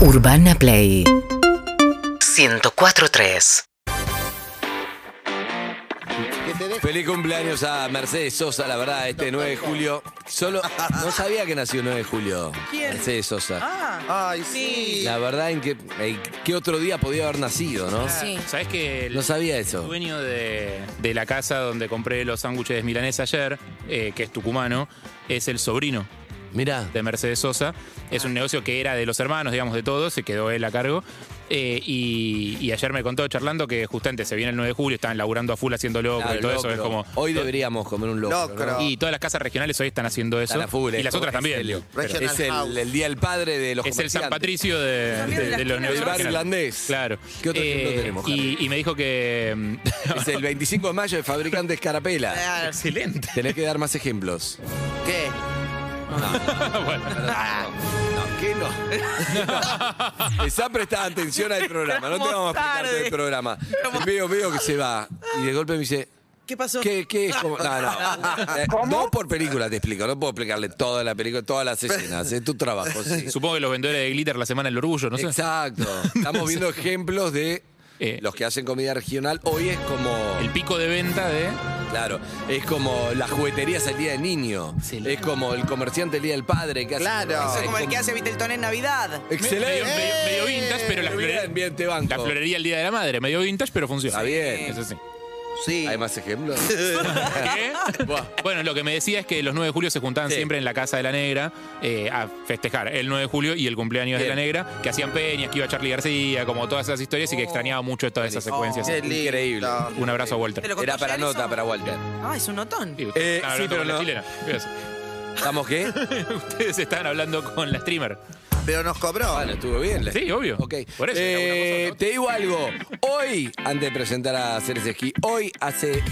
Urbana Play 104.3 Feliz cumpleaños a Mercedes Sosa, la verdad, este 9 de julio. Solo no sabía que nació el 9 de julio. ¿Quién? Mercedes Sosa. Ah, Ay, sí. La verdad, en qué, en qué otro día podía haber nacido, ¿no? Sí. ¿Sabes que el No sabía eso. dueño de, de la casa donde compré los sándwiches milanés ayer, eh, que es tucumano, es el sobrino Mirá, de Mercedes Sosa? Es un negocio que era de los hermanos, digamos, de todos, se quedó él a cargo. Eh, y, y ayer me contó charlando que justamente se viene el 9 de julio, estaban laburando a full haciendo locro claro, y todo eso. Es Ah, locro. como. Hoy deberíamos comer un locro. Locro. ¿no? Y todas las casas regionales hoy están haciendo eso. Están a full, y es las como- otras es también. el- digo. Pero Regional Es el, House. el día del padre de los es el San comerciantes. Patricio de, Amigos de de- las de los tiendas El bar negocios. irlandés. Claro. ¿Qué otro ejemplo Eh, tenemos, Harry? y, y me dijo que. mm, Es el 25 de mayo, el fabricante Escarapela. claro. Excelente. Tenés que dar más ejemplos. ¿Qué? No, ¿qué no? Les ha prestado atención al programa, no te vamos a explicar todo el tarde. programa. Veo, veo que se va y de golpe me dice, ¿Qué pasó? ¿qué, qué es? como- No, no. Eh, Dos por película te explico, no puedo explicarle toda la película, todas las escenas, es tu trabajo, sí. Supongo que los vendedores de glitter la semana del orgullo, no sé. Exacto. Estamos viendo ejemplos de Eh. los que hacen comida regional. Hoy es como, El pico de venta de. claro, es como las jugueterías el día del niño. Es como el comerciante el día del padre que hace. Claro. es Eso es como el como- que hace Vitelton en Navidad. Excelente. Medio, medio- medio vintage, pero la, Muy flore- bien, bien, te banco. la florería el día de la madre. Medio vintage, pero funciona. Está bien. Eso sí. Sí. ¿Hay más ejemplos? ¿Qué? Buah. Bueno, lo que me decía es que los 9 de julio se juntaban Sí. siempre en la casa de la negra eh, a festejar el 9 de julio y el cumpleaños de Bien. la Oh. negra, que hacían peñas, que iba Charlie García, como todas esas historias, y que extrañaba mucho todas esas secuencias. Qué lindo. Increíble. Un abrazo a Walter. Te lo contó Era para ayer eso. nota, para Walter. Ah, es un notón. Sí, Eh, estaban sí, hablando pero con la no. chilena. ¿Estamos qué? Ustedes estaban hablando con la streamer. Pero nos cobró. Bueno, estuvo bien. Sí, obvio. Ok. Por eso, Eh, era una cosa, ¿no? te digo algo. Hoy, antes de presentar a Ceres Esquí, hoy hace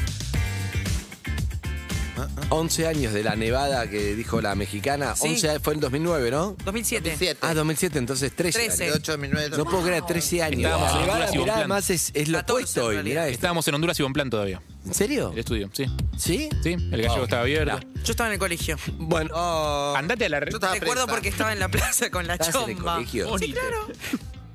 11 años de la nevada que dijo la mexicana. Sí. 11 fue en 2009, ¿no? 2007. 2007. Ah, 2007, entonces 13. años. Trece. 2008, 2009. No puedo creer, 13 años. La Estábamos en nevada, Honduras y mirá, Bonplan. además es, es lo 14 opuesto en hoy. realidad. Mirá esto. Estábamos en Honduras y Bonplan todavía. ¿En serio? El estudio, sí. ¿Sí? Sí, el gallego Wow. estaba abierto. Yo estaba en el colegio. Bueno, Oh, Andate a la Yo estaba Recuerdo presa. porque estaba en la plaza con la ¿Estabas en el chomba. colegio? Sí, claro.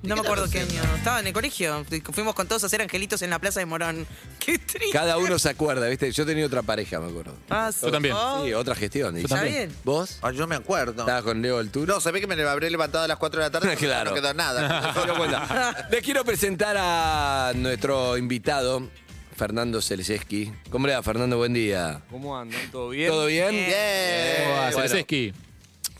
No me acuerdo qué año. Estaba en el colegio. Fuimos con todos a hacer angelitos en la plaza de Morón. Qué triste. cada uno se acuerda, ¿viste? Yo tenía otra pareja, me acuerdo. Paso. Yo también. Oh. Sí, otra gestión. Está también. bien. Ah, ¿Vos? Ay, ah, yo me acuerdo. ¿Estabas con Leo Alturo? No, se ve que me le habré levantado a las 4 de la tarde. porque Claro. No quedó nada. Se dio cuenta. Les quiero presentar a nuestro invitado, Fernando Celeseski. ¿Cómo le va, Fernando? Buen día. ¿Cómo andan? ¿Todo bien? ¿Todo bien? Bien. Ah, Bueno, Zelensky.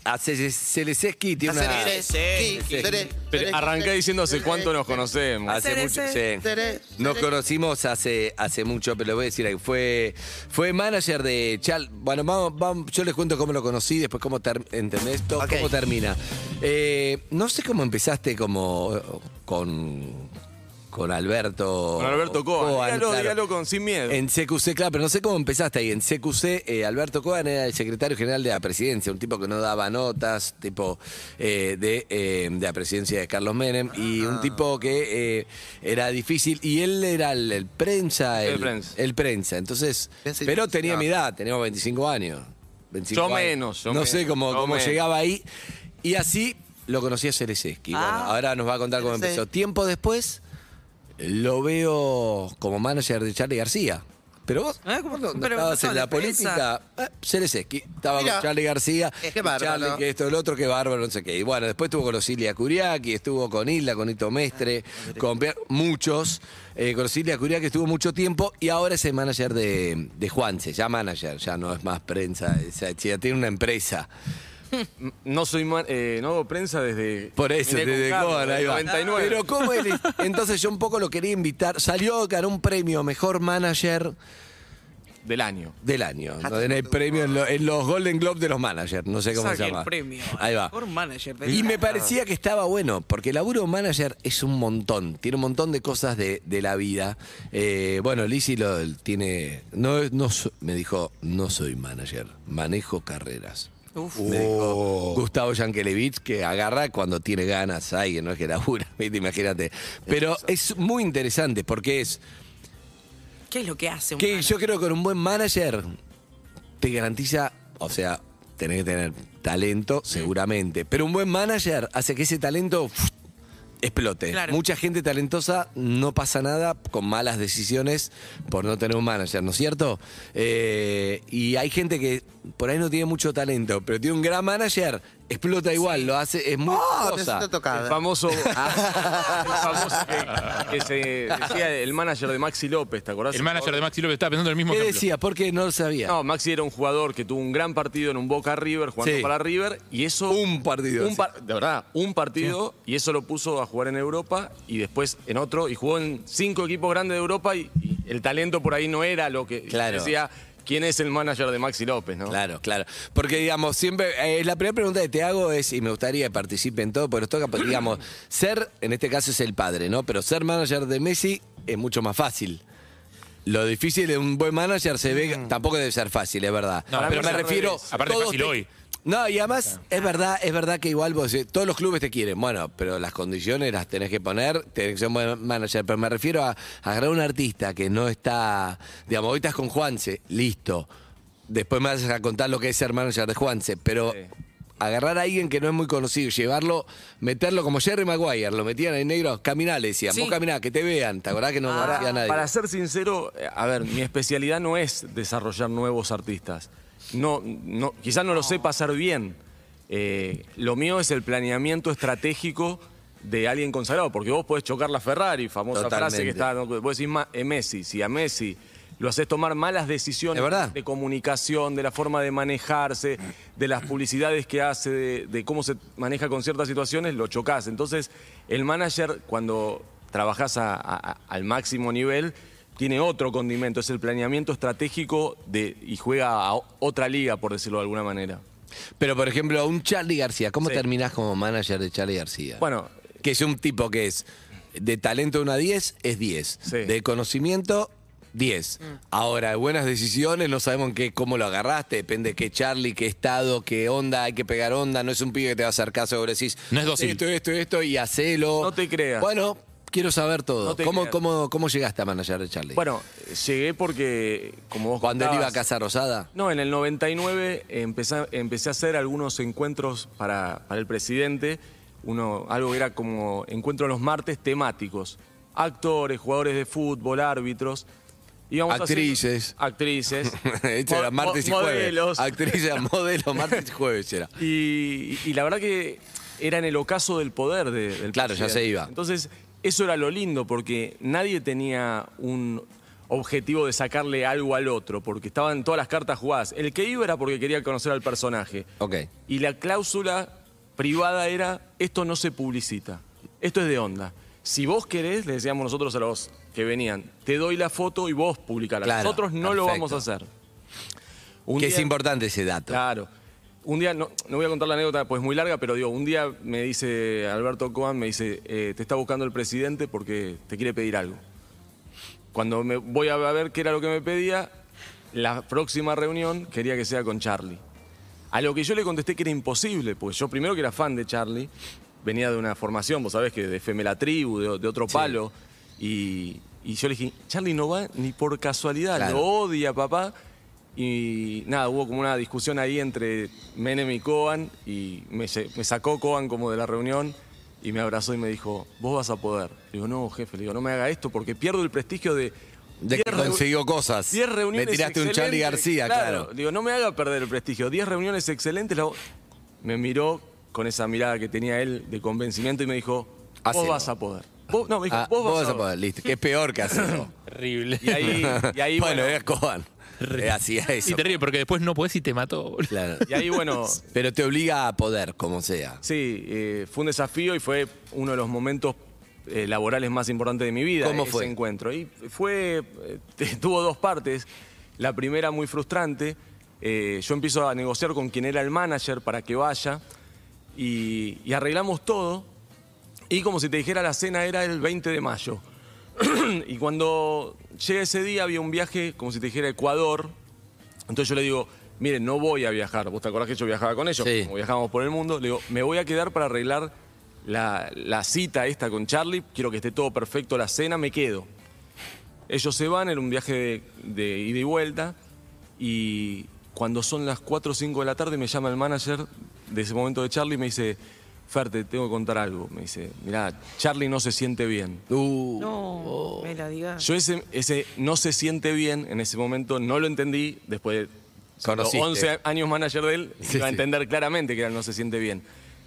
a Cele- Celeseski tiene una... Tres, sí, sí, tres, tres, Pero arranqué tres, diciendo hace tres, cuánto nos tres, conocemos. Hace mucho, Celese. sí. tres, Nos tres. conocimos hace, hace mucho, pero lo voy a decir ahí. Fue, fue manager de Chal. Bueno, vamos, vamos- yo les cuento cómo lo conocí, después cómo ter- ¿entendés? To- Ok. cómo termina. Eh, no sé cómo empezaste como con, con Alberto. Con Alberto Cohen. dígalo, claro. dígalo con sin miedo. En CQC, claro, pero no sé cómo empezaste ahí. En CQC, eh, Alberto Cohen era el secretario general de la presidencia, un tipo que no daba notas, tipo eh, de, eh, de la presidencia de Carlos Menem, y Ah. un tipo que eh, era difícil, y él era el, el prensa. El prensa. Ah. el prensa. Entonces, Prensa y pero publicidad. tenía mi edad, teníamos 25 años. 25 Yo años. menos, yo No menos, sé cómo, yo cómo menos. llegaba ahí. Y así lo conocí a Cereseski. Ah. Bueno, ahora nos va a contar cómo Cereseschi. empezó. Tiempo después lo veo como manager de Charlie García. Pero vos, Ah, ¿cómo? cuando Pero estabas empezó en la de prensa. política, eh, Cereseski. Estaba Mirá. con Charlie García. Qué y bárbaro. Charlie, que esto, el otro, qué bárbaro, no sé qué. Y bueno, después estuvo con Osilia Curiaki, estuvo con Isla, con Ito Mestre, Ah, con Pier- muchos. Eh, con Osilia Curiaki estuvo mucho tiempo y ahora es el manager de, de Juanse, ya manager, ya no es más prensa, o sea, ya tiene una empresa. No soy ma- eh, no hago prensa desde. Por eso, Vine con desde Carlos, Gohan, ahí desde va. 99. Pero cómo él es- Entonces yo un poco lo quería invitar. Salió, ganó un premio Mejor Manager Del año. del año. ¿no? En el premio, en, lo- en los Golden Globe de los managers, no sé cómo se Saque el llama. premio. eh. Ahí va. Por manager. de Y la- me parecía que estaba bueno, porque el laburo de manager es un montón, tiene un montón de cosas de, de la vida. Eh, bueno, Lizzy lo tiene. No, no, so- me dijo, no soy manager, manejo carreras. Uf. Me dijo Gustavo Yankelevich, que agarra cuando tiene ganas, ay, que no es que labura, ¿viste? imagínate. Pero es muy interesante porque es ¿Qué es lo que hace un que manager? yo creo que con un buen manager te garantiza, o sea, tenés que tener talento seguramente, pero un buen manager hace que ese talento uf, explote. Claro. Mucha gente talentosa, no pasa nada con malas decisiones por no tener un manager, ¿no es cierto? Eh, y hay gente que por ahí no tiene mucho talento, pero tiene un gran manager, explota igual, lo hace, es muy Ah, Oh, me cosa. siento tocada. El famoso, el famoso que, que se decía el manager de Maxi López, ¿te acordás? El manager de Maxi López estaba pensando en el mismo ¿Qué ejemplo. decía? Porque no lo sabía. No, Maxi era un jugador que tuvo un gran partido en un Boca River, jugando Sí. para River, y eso. Un partido, un sí. par- de verdad, un partido, y eso lo puso a jugar en Europa y después en otro, y jugó en cinco equipos grandes de Europa, y, y el talento por ahí no era lo que. y Claro. Decía, ¿quién es el manager de Maxi López, no? Claro, claro. Porque, digamos, siempre, eh, la primera pregunta que te hago es, y me gustaría que participen todos, pero esto, pues, digamos, ser, en este caso es el padre, ¿no? Pero ser manager de Messi es mucho más fácil. Lo difícil de un buen manager se ve, tampoco debe ser fácil, es verdad. No, pero pero me es al refiero. revés. Aparte todos fácil hoy. No, y además es verdad, es verdad que igual vos, eh, todos los clubes te quieren, bueno, pero las condiciones las tenés que poner, tenés que ser un buen manager, pero me refiero a, a agarrar un artista que no está, digamos, ahorita estás con Juanse, listo, después me vas a contar lo que es ser manager de Juanse, pero agarrar a alguien que no es muy conocido, llevarlo, meterlo como Jerry Maguire, lo metían ahí negro, caminá, le decían, Sí. vos caminá, que te vean, ¿te acordás que no conocía a nadie? Ah, Para ser sincero, eh, a ver, mi especialidad no es desarrollar nuevos artistas. No, no, quizás no lo sepa hacer bien. Eh, lo mío es el planeamiento estratégico de alguien consagrado, porque vos podés chocar la Ferrari, famosa frase que Totalmente. está, Ah, ¿no? vos decís "Ma- eh, Messi, si a Messi lo haces tomar malas decisiones Es verdad. de comunicación, de la forma de manejarse, de las publicidades que hace, de, de cómo se maneja con ciertas situaciones, lo chocás. Entonces, el manager, cuando trabajás a- a- a- al máximo nivel, tiene otro condimento, es el planeamiento estratégico de, y juega a o- otra liga, por decirlo de alguna manera. Pero por ejemplo, un Charlie García, ¿cómo Sí. terminás como manager de Charlie García? Bueno, Que es un tipo que es de talento de una 10, es 10. Sí. De conocimiento, 10. Ahora, buenas decisiones, no sabemos en qué, cómo lo agarraste, depende qué Charlie, qué estado, qué onda, hay que pegar onda, no es un pibe que te va a hacer caso, sobre decís, No es dócil. esto, esto, esto, y hacelo. No te creas. Bueno, quiero saber todo. No te ¿Cómo, creas. cómo, ¿Cómo llegaste a manager de Charlie? bueno, llegué porque, como vos Cuando él iba a contabas- Casa Rosada. No, en el 99 empecé, empecé a hacer algunos encuentros para, para el presidente, uno, algo que era como encuentros los martes temáticos. Actores, jugadores de fútbol, árbitros. Íbamos Actrices. haciendo- actrices. Esto era Mo- martes y mo- jueves. modelos. Actriz, modelo, martes y jueves era. Y, y la verdad que era en el ocaso del poder de- del Claro, ya presidente. se iba. Entonces, eso era lo lindo, porque nadie tenía un objetivo de sacarle algo al otro, porque estaban todas las cartas jugadas. El que iba era porque quería conocer al personaje. Ok. Y la cláusula privada era, esto no se publicita, esto es de onda. Si vos querés, le decíamos nosotros a los que venían, te doy la foto y vos publicala. Claro, nosotros no lo perfecto. vamos a hacer. Un que día- es importante ese dato. Claro. Un día, no, no voy a contar la anécdota, pues es muy larga, pero digo, un día me dice Alberto Coan, me dice, eh, te está buscando el presidente porque te quiere pedir algo. Cuando me voy a ver qué era lo que me pedía, la próxima reunión quería que sea con Charlie. A lo que yo le contesté que era imposible, pues yo primero que era fan de Charlie, venía de una formación, vos sabés que de FM La Tribu, de, de otro palo, y, y yo le dije, Charlie no va ni por casualidad, Claro. lo odia papá. Y nada, hubo como una discusión ahí entre Menem y Coan, y me, lle- me sacó Coan como de la reunión, y me abrazó y me dijo, vos vas a poder. Le digo, no, jefe, le digo, no me haga esto porque pierdo el prestigio de... De que diez reu- consiguió cosas. 10 reuniones. Me tiraste un Charlie excelentes. García, claro. Digo, no me haga perder el prestigio. 10 reuniones excelentes. la- Me miró con esa mirada que tenía él de convencimiento y me dijo, vos Hacelo. vas a poder. Vos- no, me dijo, Ah, vos, vas a poder. listo. Que es peor que hacerlo. Terrible. Y ahí, y ahí, bueno, bueno, era Coban. Hacía eso. Y terrible porque después no podés y te mató. boludo. Claro. y ahí, bueno, Pero te obliga a poder, como sea. sí, eh, fue un desafío y fue uno de los momentos eh, laborales más importantes de mi vida. ¿Cómo ese fue? encuentro. Y fue, eh, tuvo dos partes. La primera muy frustrante. eh, yo empiezo a negociar con quien era el manager para que vaya. y, y arreglamos todo. Y como si te dijera, la cena era el 20 de mayo. y cuando llega ese día había un viaje, como si te dijera, a Ecuador. Entonces yo le digo, miren, no voy a viajar. ¿Vos te acordás que yo viajaba con ellos? Sí. Como viajábamos por el mundo. Le digo, me voy a quedar para arreglar la, la cita esta con Charlie. Quiero que esté todo perfecto la cena, me quedo. Ellos se van, era un viaje de, de ida y vuelta. Y cuando son las 4 o 5 de la tarde, me llama el manager de ese momento de Charlie y me dice: Fer, te tengo que contar algo. Me dice, mirá, Charlie no se siente bien. Uh, No, me la digas. Oh. Yo ese, ese no se siente bien en ese momento no lo entendí. Después de siendo Conociste. 11 años manager de él, Sí, iba a sí. entender claramente que era el no se siente bien.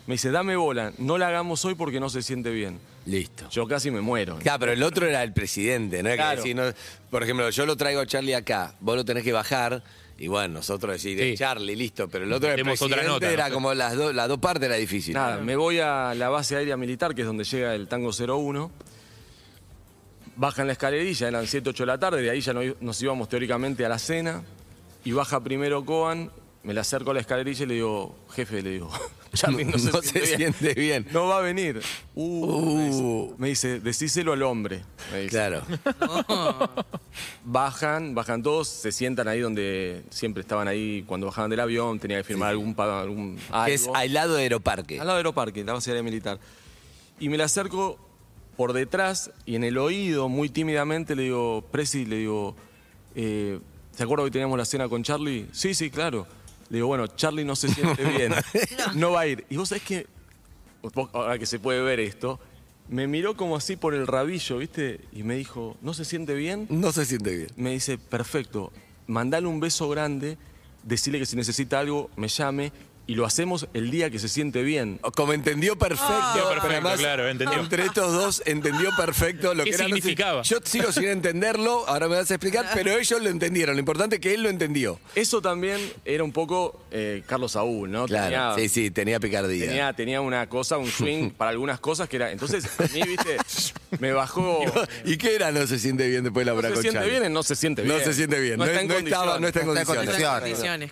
Me dice, dame bola, no la hagamos hoy porque no se siente bien. Listo. Yo casi me muero. Claro, pero el otro era el presidente, ¿no? Que Claro. decir, no- por ejemplo, yo lo traigo a Charlie acá, vos lo tenés que bajar. Y bueno, nosotros decís, Sí. Charlie, listo, pero el otro era el Demos otra presidente nota, ¿no? era como las, do- las dos partes era difícil. Nada, me voy a la base aérea militar, que es donde llega el tango 01. Bajan la escalerilla, eran 7, 8 de la tarde, de ahí ya no i- nos íbamos teóricamente a la cena. Y baja primero Coan, me le acerco a la escalerilla y le digo, jefe, le digo, Charlie no, se, siente bien. bien. No va a venir. Uh, me dice- Me dice, decíselo al hombre. me dice. Claro. Bajan, bajan todos, se sientan ahí donde siempre estaban ahí cuando bajaban del avión, tenía que firmar algún, pa- algún algo. Que es al lado de Aeroparque. eh, Al lado del aeroparque, la base aérea militar. Y me la acerco por detrás y en el oído, muy tímidamente, le digo, Presi, le digo, eh, ¿te acuerdas hoy teníamos la cena con Charlie? Sí, sí, claro. Le digo, bueno, Charlie no se siente bien, no va a ir. Y vos sabés que, vos- ahora que se puede ver esto, me miró como así por el rabillo, ¿viste? Y me dijo, ¿no se siente bien? No se siente bien. me dice, perfecto, mandale un beso grande, decirle que si necesita algo, me llame y lo hacemos el día que se siente bien. O Como entendió perfecto, Ah. Entendió pero perfecto, claro, entendió. entre estos dos entendió perfecto lo ¿Qué que era. no sé- significaba? Yo sigo sin entenderlo, ahora me vas a explicar, pero ellos lo entendieron. Lo importante es que él lo entendió. Eso también era un poco eh, Carlos Saúl, ¿no? Claro, tenía, sí, sí, tenía picardía. Tenía, tenía una cosa, un swing para algunas cosas que era... Entonces, a mí, viste, me bajó... ¿Y qué era no se siente bien después de la No se obra con siente Charlie? bien, en no se siente bien. No se siente bien, no, está en no estaba, condiciones. no está en No está en condiciones. condiciones.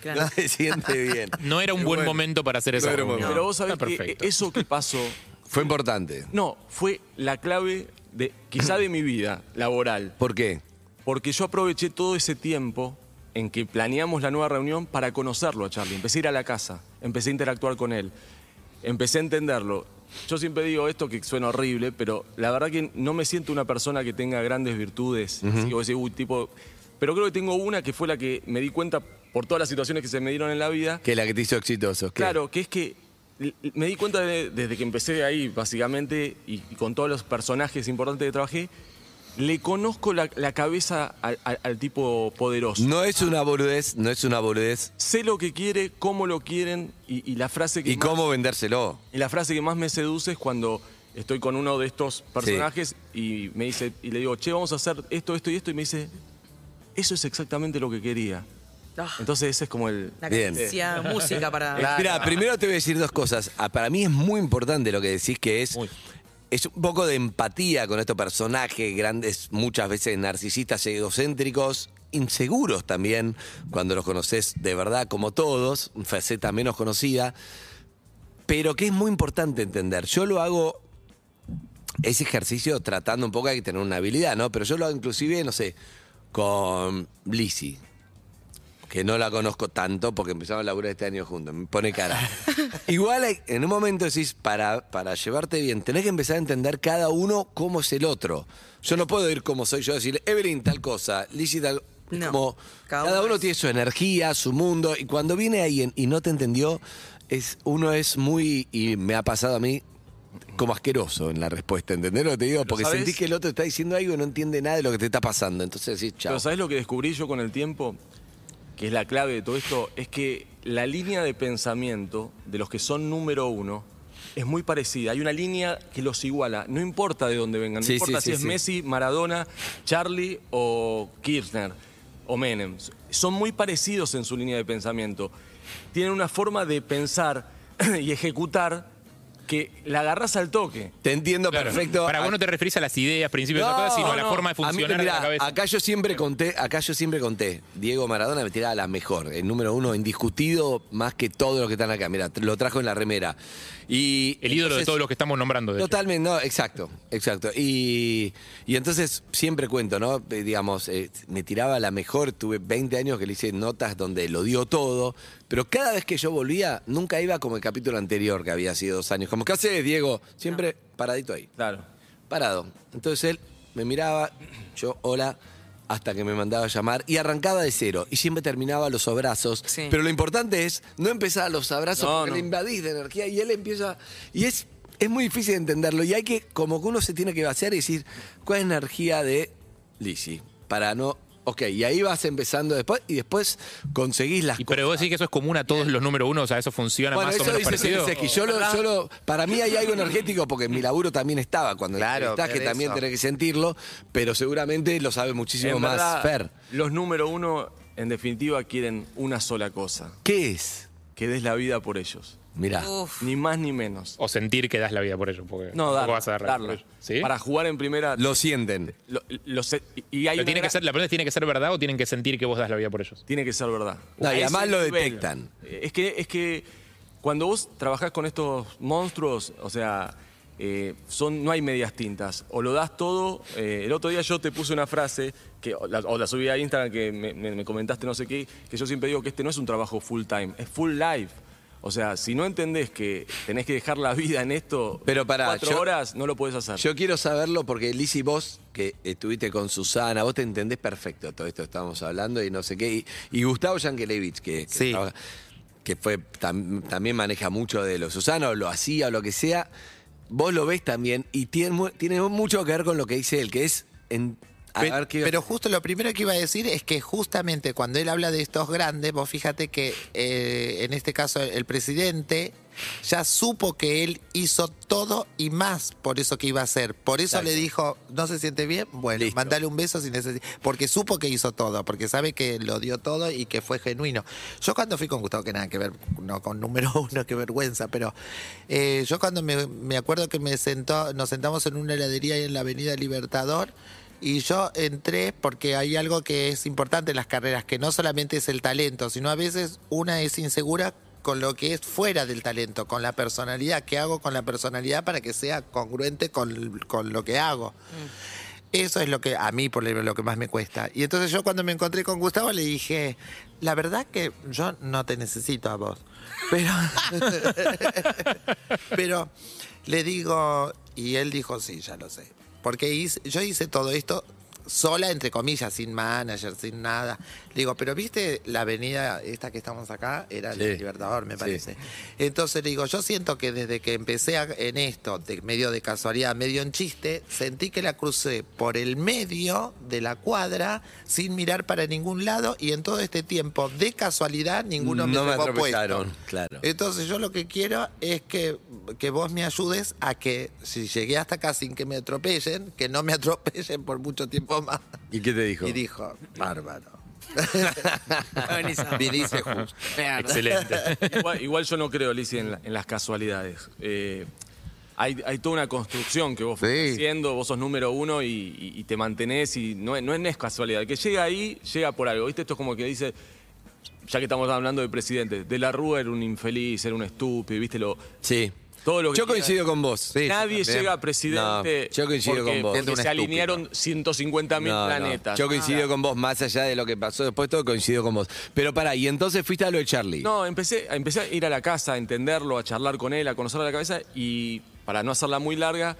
Condiciones, claro. No se siente bien. No era un Y buen bueno, momento para hacer esa no era un reunión. momento. Pero vos sabés Está que perfecto. eso que pasó Fue importante. No, fue la clave de quizá de mi vida laboral, ¿Por qué? porque yo aproveché todo ese tiempo en que planeamos la nueva reunión para conocerlo a Charlie. Empecé a ir a la casa, empecé a interactuar con él, empecé a entenderlo. Yo siempre digo esto que suena horrible, pero la verdad que no me siento una persona que tenga grandes virtudes. Así que vos decís, uy, tipo... Pero creo que tengo una que fue la que me di cuenta por todas las situaciones que se me dieron en la vida, Que la que te hizo exitoso. ¿qué? Claro, que es que l- l- me di cuenta de- desde que empecé ahí, básicamente, y, y con todos los personajes importantes que trabajé, le conozco la, la cabeza al, al- al tipo poderoso. No es una boludez, no es una boludez. Sé lo que quiere, cómo lo quieren, y, y la frase que ¿Y más, cómo vendérselo? y la frase que más me seduce es cuando estoy con uno de estos personajes y me dice, y le digo, che, vamos a hacer esto, esto y esto, y me dice, eso es exactamente lo que quería. Ah, Entonces ese es como el. La Bien. cadencia, música para... Mira, Eh, primero te voy a decir dos cosas. Ah, Para mí es muy importante lo que decís que es. Es un poco de empatía con estos personajes grandes, muchas veces narcisistas, egocéntricos, inseguros también, cuando los conoces de verdad, como todos, faceta menos conocida, pero que es muy importante entender. Yo lo hago ese ejercicio tratando un poco hay que tener una habilidad, ¿no? Pero yo lo hago inclusive, no sé, con Lizzy, que no la conozco tanto porque empezamos a laburar este año juntos. Me pone cara. Igual hay- en un momento decís, para, para llevarte bien, tenés que empezar a entender cada uno cómo es el otro. Yo no puedo ir como soy yo, decirle, Evelyn tal cosa, Lizzy tal... es No. Como, Cada cada, uno uno es- tiene su energía, su mundo, y cuando viene alguien y no te entendió, es, uno es muy, y me ha pasado a mí, como asqueroso en la respuesta, ¿entendés lo que te digo? Porque ¿sabés? sentís que el otro está diciendo algo y no entiende nada de lo que te está pasando. Entonces decís, chao. Pero ¿sabes lo que descubrí yo con el tiempo? Que es la clave de todo esto, es que la línea de pensamiento de los que son número uno es muy parecida. Hay una línea que los iguala, no importa de dónde vengan, no Sí, importa sí, si sí, es sí. Messi, Maradona, Charlie o Kirchner o Menem. Son muy parecidos en su línea de pensamiento. Tienen una forma de pensar y ejecutar que la agarras al toque. Te entiendo Claro. perfecto. Ah, Para vos no te referís a las ideas, principios, de cosas, sino a la no. forma de A mí, funcionar mirá, de la cabeza. Acá yo siempre conté, acá yo siempre conté. Diego Maradona me tiraba las mejor, el número uno, indiscutido, más que todos los que están acá. Mira, lo trajo en la remera. Y el ídolo de entonces- todos los que estamos nombrando. de hecho. Totalmente, no, exacto, exacto. Y, y entonces siempre cuento, ¿no? Eh, Digamos, eh, me tiraba la mejor, tuve 20 años que le hice notas donde lo dio todo, pero cada vez que yo volvía, nunca iba como el capítulo anterior que había sido dos años. Como, ¿qué haces, Diego? Siempre paradito ahí Claro. parado. Entonces él me miraba, yo, hola, hasta que me mandaba a llamar y arrancaba de cero y siempre terminaba a los abrazos. Sí. Pero lo importante es no empezar a los abrazos No, porque no. le invadís de energía y él empieza. Y es, es muy difícil de entenderlo y hay que, como que uno se tiene que vaciar y decir, ¿cuál es la energía de Lizzy? Para no. Ok, y ahí vas empezando después y después conseguís las Y, pero vos decís que eso es común a todos los número uno, o sea, eso funciona bueno, más o eso menos dice parecido. Zelensky. Yo lo- yo lo- para mí hay algo energético porque en mi laburo también estaba cuando Claro, estás, que pero también eso. tenés que sentirlo, pero seguramente lo sabe muchísimo En más verdad, Fer. Los número uno, en definitiva, quieren una sola cosa: ¿Qué es? que des la vida por ellos. Mirá. Uf, Ni más ni menos. O sentir que das la vida por ello, porque No, tampoco darla. vas a dar la vida por darla. ello. ¿Sí? Para jugar en primera. Lo sienten. lo- lo sé- y Pero hay una tiene que gran- ser, la pregunta es, ¿tiene que ser verdad o tienen que sentir que vos das la vida por ellos? Tiene que ser verdad. No, y A ese además lo detectan. Es que, es que cuando vos trabajás con estos monstruos, o sea, eh, son, no hay medias tintas. O lo das todo. eh, el otro día yo te puse una frase, que, o, la, o la subí a Instagram, que me, me- me comentaste no sé qué, que yo siempre digo que este no es un trabajo full time, es full life. O sea, si no entendés que tenés que dejar la vida en esto Pero pará, cuatro yo- horas, no lo podés hacer. Yo quiero saberlo porque Lizzy, vos que estuviste con Susana, vos te entendés perfecto todo esto que estamos hablando y no sé qué. Y, y Gustavo Yankelevich, que, que Sí. trabaja- que fue tam- también maneja mucho de lo Susana, o lo hacía, o lo que sea. Vos lo ves también y tiene, mu- tiene mucho que ver con lo que dice él, que es. En, a Pe- ver qué- Pero justo lo primero que iba a decir es que justamente cuando él habla de estos grandes, vos fíjate que eh, en este caso el presidente ya supo que él hizo todo y más por eso que iba a hacer. Por eso le dijo, ¿no se siente bien? Bueno, Listo. mandale un beso si necesita. Porque supo que hizo todo, porque sabe que lo dio todo y que fue genuino. Yo cuando fui con Gustavo, que nada que ver, no con número uno, qué vergüenza, pero eh, yo cuando me, me acuerdo que me sentó, nos sentamos en una heladería ahí en la Avenida Libertador. Y yo entré porque hay algo que es importante en las carreras, que no solamente es el talento, sino a veces una es insegura con lo que es fuera del talento, con la personalidad. ¿Qué hago con la personalidad para que sea congruente con, con lo que hago? Eso es lo que a mí, por ejemplo, lo que más me cuesta. Y entonces yo cuando me encontré con Gustavo le dije, la verdad que yo no te necesito a vos. Pero, pero le digo, y él dijo, sí, ya lo sé. Porque hice- yo hice todo esto sola, entre comillas, sin manager, sin nada. Le digo, pero viste la avenida esta que estamos acá, era Sí. el Libertador, me Sí. parece. Entonces le digo, yo siento que desde que empecé a- en esto, de- medio de casualidad, medio en chiste, sentí que la crucé por el medio de la cuadra sin mirar para ningún lado y en todo este tiempo, de casualidad, ninguno No me me dejó puesto. atropellaron, claro. Entonces yo lo que quiero es que, que vos me ayudes a que si llegué hasta acá sin que me atropellen, que no me atropellen por mucho tiempo más. ¿Y qué te dijo? Y dijo, bárbaro. buenísimo. Y dice justo. Excelente. Igual, igual yo no creo, Lizzy, en, la- en las casualidades. Eh, hay, hay toda una construcción que vos fuiste Sí. haciendo, vos sos número uno y, y- y te mantenés y no, es- no es no es casualidad. El que llega ahí, llega por algo. ¿Viste? Esto es como que dice, ya que estamos hablando del presidente, de la Rúa era un infeliz, era un estúpido, ¿viste? Lo, Sí. todo lo que Yo quiera. coincido con vos. Nadie también. llega a presidente No, yo coincido porque, con vos. porque Siendo un se estúpido. alinearon 150 mil No, no. planetas. Ah. Yo coincido con vos, más allá de lo que pasó después, todo coincido con vos. Pero pará, y entonces fuiste a lo de Charlie. No, empecé, empecé a ir a la casa, a entenderlo, a charlar con él, a conocerle la cabeza y para no hacerla muy larga,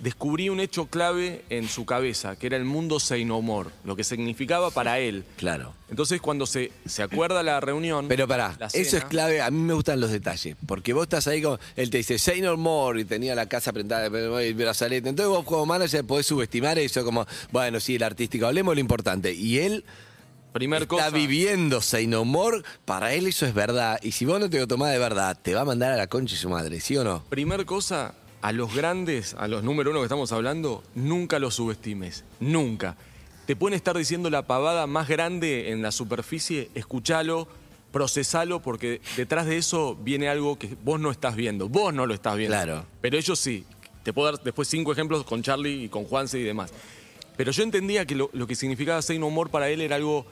descubrí un hecho clave en su cabeza, que era el mundo seinomor, lo que significaba para él. Claro. Entonces cuando se, se acuerda la reunión... Pero pará, la eso cena- es clave, a mí me gustan los detalles, porque vos estás ahí con, él te dice, say no more, y tenía la casa prendada, el brazalete, entonces vos como manager podés subestimar eso, como, bueno, sí, el artístico, hablemos de lo importante, y él Primer está cosa, viviendo say no more, para él eso es verdad, y si vos no te lo tomás de verdad, te va a mandar a la concha de su madre, ¿sí o no? primer cosa, a los grandes, a los número uno que estamos hablando, nunca los subestimes, nunca. Te pueden estar diciendo la pavada más grande en la superficie, escúchalo, procesalo, porque detrás de eso viene algo que vos no estás viendo, vos no lo estás viendo. Claro. Pero ellos sí. Te puedo dar después cinco ejemplos con Charlie y con Juanse y demás. Pero yo entendía que lo, lo que significaba Sein Humor para él era algo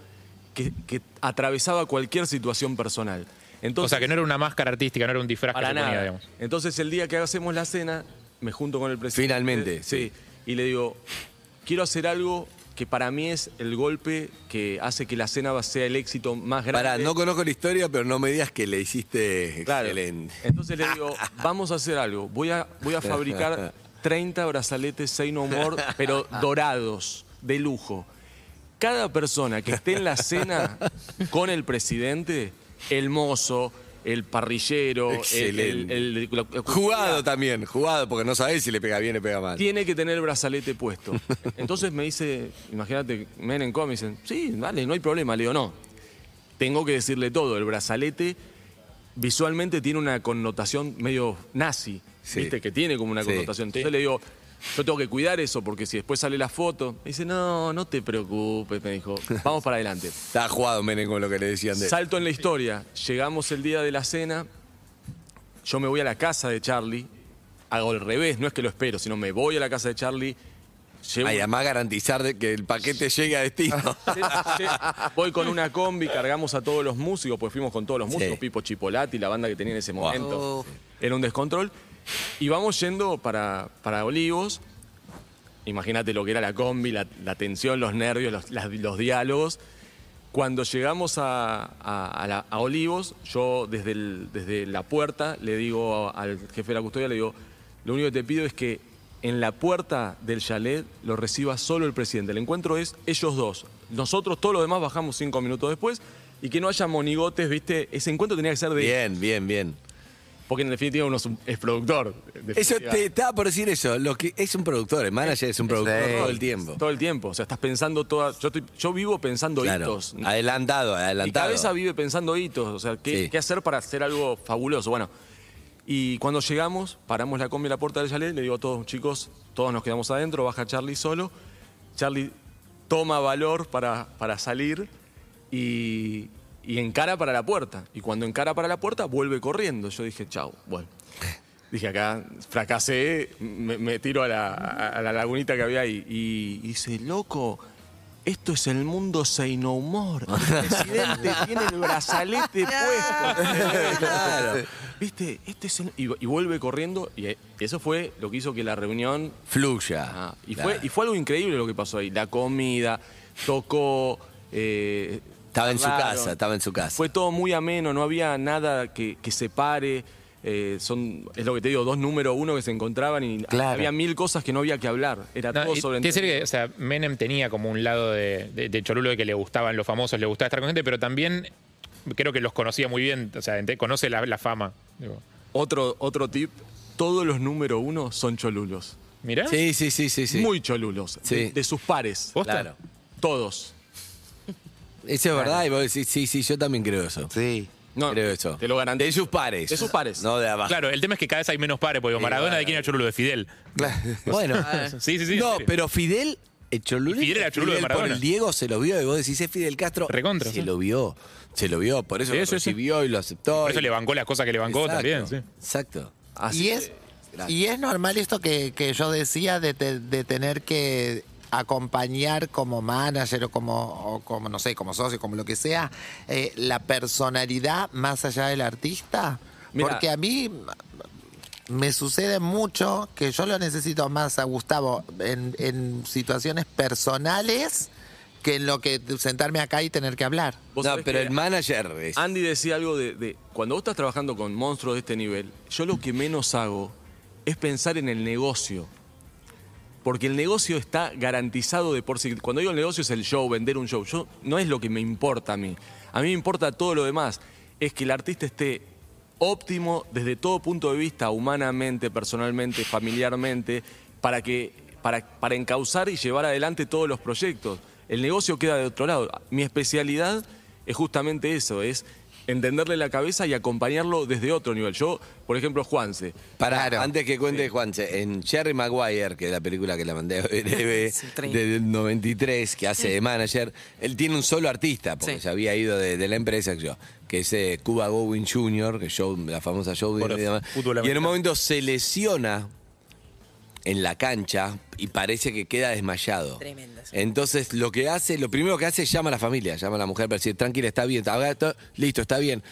que, que atravesaba cualquier situación personal. o Entonces, sea, que no era una máscara artística, no era un disfraz que para se ponía, nada. digamos. Entonces el día que hacemos la cena, me junto con el presidente. Finalmente, Sí. Y le digo, quiero hacer algo que para mí es el golpe que hace que la cena sea el éxito más grande. Pará, no conozco la historia, pero no me digas que le hiciste Claro. excelente. Entonces le digo, vamos a hacer algo. Voy a, voy a fabricar 30 brazaletes Say No More, pero dorados, de lujo. Cada persona que esté en la cena con el presidente, el mozo, el parrillero, el- el, Excelente. el- la- la- Jugado también, jugado, porque no sabés si le pega bien o le pega mal. tiene que tener el brazalete puesto. Entonces me dice, imagínate, Menem come, dicen, sí, vale, no hay problema. Le digo, no, tengo que decirle todo. El brazalete visualmente tiene una connotación medio nazi, Sí. ¿viste? Que tiene como una Sí. connotación. Entonces le digo, yo tengo que cuidar eso porque si después sale la foto, me dice, no, no te preocupes, me dijo, vamos para adelante. Estaba jugado Menem con lo que le decían de él. Salto en la historia. Llegamos el día de la cena. Yo me voy a la casa de Charlie. Hago el revés, no es que lo espero, sino me voy a la casa de Charlie. llevo- Ay, además garantizar de que el paquete llegue a destino. voy con una combi, cargamos a todos los músicos, pues fuimos con todos los Sí. músicos, Pipo Chipolati, la banda que tenía en ese Wow. momento. Era un descontrol. Y vamos yendo para, para Olivos. Imagínate lo que era la combi, la, la tensión, los nervios, los, las- los diálogos. Cuando llegamos a, a- a la- a Olivos, yo desde, el- desde la puerta le digo a- al jefe de la custodia, le digo, lo único que te pido es que en la puerta del chalet lo reciba solo el presidente. El encuentro es ellos dos. Nosotros, todos los demás, bajamos cinco minutos después y que no haya monigotes, ¿viste? Ese encuentro tenía que ser de... Bien, bien, bien. Porque en definitiva uno es, un- es productor. en Eso definitiva. te estaba por decir eso. Lo que es un productor, el manager es un productor Sí. todo el tiempo. Todo el tiempo. O sea, estás pensando toda... Yo, estoy- yo vivo pensando Claro. hitos. Adelantado, Mi cabeza adelantado. vive pensando hitos, o sea, ¿qué, Sí. qué hacer para hacer algo fabuloso? Bueno, y cuando llegamos, paramos la combi en la puerta del chalet, le digo a todos, chicos, todos nos quedamos adentro, baja Charlie solo. Charlie toma valor para, para salir y, y encara para la puerta. Y cuando encara para la puerta, vuelve corriendo. Yo dije, chau, bueno. Dije, acá fracasé, me, me tiro a la, a- a la lagunita que había ahí. Y, y dice, loco, esto es el mundo sin humor. El presidente tiene el brazalete puesto. Claro. ¿Viste? Este es el- y, y vuelve corriendo. Y eh, eso fue lo que hizo que la reunión Fluya. Ah, y, Claro. fue, y fue algo increíble lo que pasó ahí. La comida, tocó. eh, Estaba en su charlaron. casa, estaba en su casa. Fue todo muy ameno, no había nada que, que separe. eh, son, es lo que te digo, dos número uno que se encontraban y Claro. había mil cosas que no había que hablar. Era No, todo y sobre tiene que ser que, o sea, Menem tenía como un lado de, de- de Cholulo de que le gustaban los famosos, le gustaba estar con gente, pero también creo que los conocía muy bien, o sea, ente- conoce la, la fama. Digo, Otro, otro tip: todos los número uno son cholulos. Mirá, Sí, sí, sí, sí, sí. Muy cholulos. Sí. De, de sus pares. ¿Posta? claro. Todos. Eso es verdad, y vos decís, sí, sí, yo también creo eso. Sí. No, creo eso. Te lo garantizo. De sus pares. De sus pares. No de abajo. Claro, el tema es que cada vez hay menos pares, porque Maradona de quién era Cholulo, de Fidel. Bueno. Sí, sí, sí. en no, serio. pero Fidel, el Cholula. Fidel era Cholula de Fidel Maradona. por el Diego se lo vio y vos decís, es Fidel Castro. Recontra, Se sí. lo vio. Se lo vio, por eso Sí, lo sí, sí. recibió y lo aceptó. Por eso y- le bancó las cosas que le bancó Exacto, también. sí. Exacto. Así y, es, y es normal esto que, que yo decía de, te- de tener que acompañar como manager o como, o como, no sé, como socio, como lo que sea, eh, la personalidad más allá del artista. Mira. Porque a mí me sucede mucho que yo lo necesito más a Gustavo en, en situaciones personales que en lo que sentarme acá y tener que hablar. Vos No, sabés pero que- el manager es. Andy decía algo de, de- cuando vos estás trabajando con monstruos de este nivel, yo lo que menos hago es pensar en el negocio. Porque el negocio está garantizado de por sí. Cuando digo el negocio es el show, vender un show. Yo, no es lo que me importa a mí. A mí me importa todo lo demás. Es que el artista esté óptimo desde todo punto de vista, humanamente, personalmente, familiarmente, para, que, para, para encauzar y llevar adelante todos los proyectos. El negocio queda de otro lado. Mi especialidad es justamente eso, es entenderle la cabeza y acompañarlo desde otro nivel. Yo, por ejemplo, Juanse, Para, Claro. antes que cuente Juanse, en Jerry Maguire, que es la película que la mandé a BNB Sí, tremendo. del 93, que hace de manager, él tiene un solo artista, porque Sí. se había ido de, de la empresa que yo, que es eh, Cuba Gooding Jr., que show, la famosa show Por y, demás. Y en un fútbol americano. momento se lesiona en la cancha y parece que queda desmayado. Tremendo, sí. Entonces lo que hace, lo primero que hace es llama a la familia, llama a la mujer para decir, tranquila, está bien, está- listo, está bien.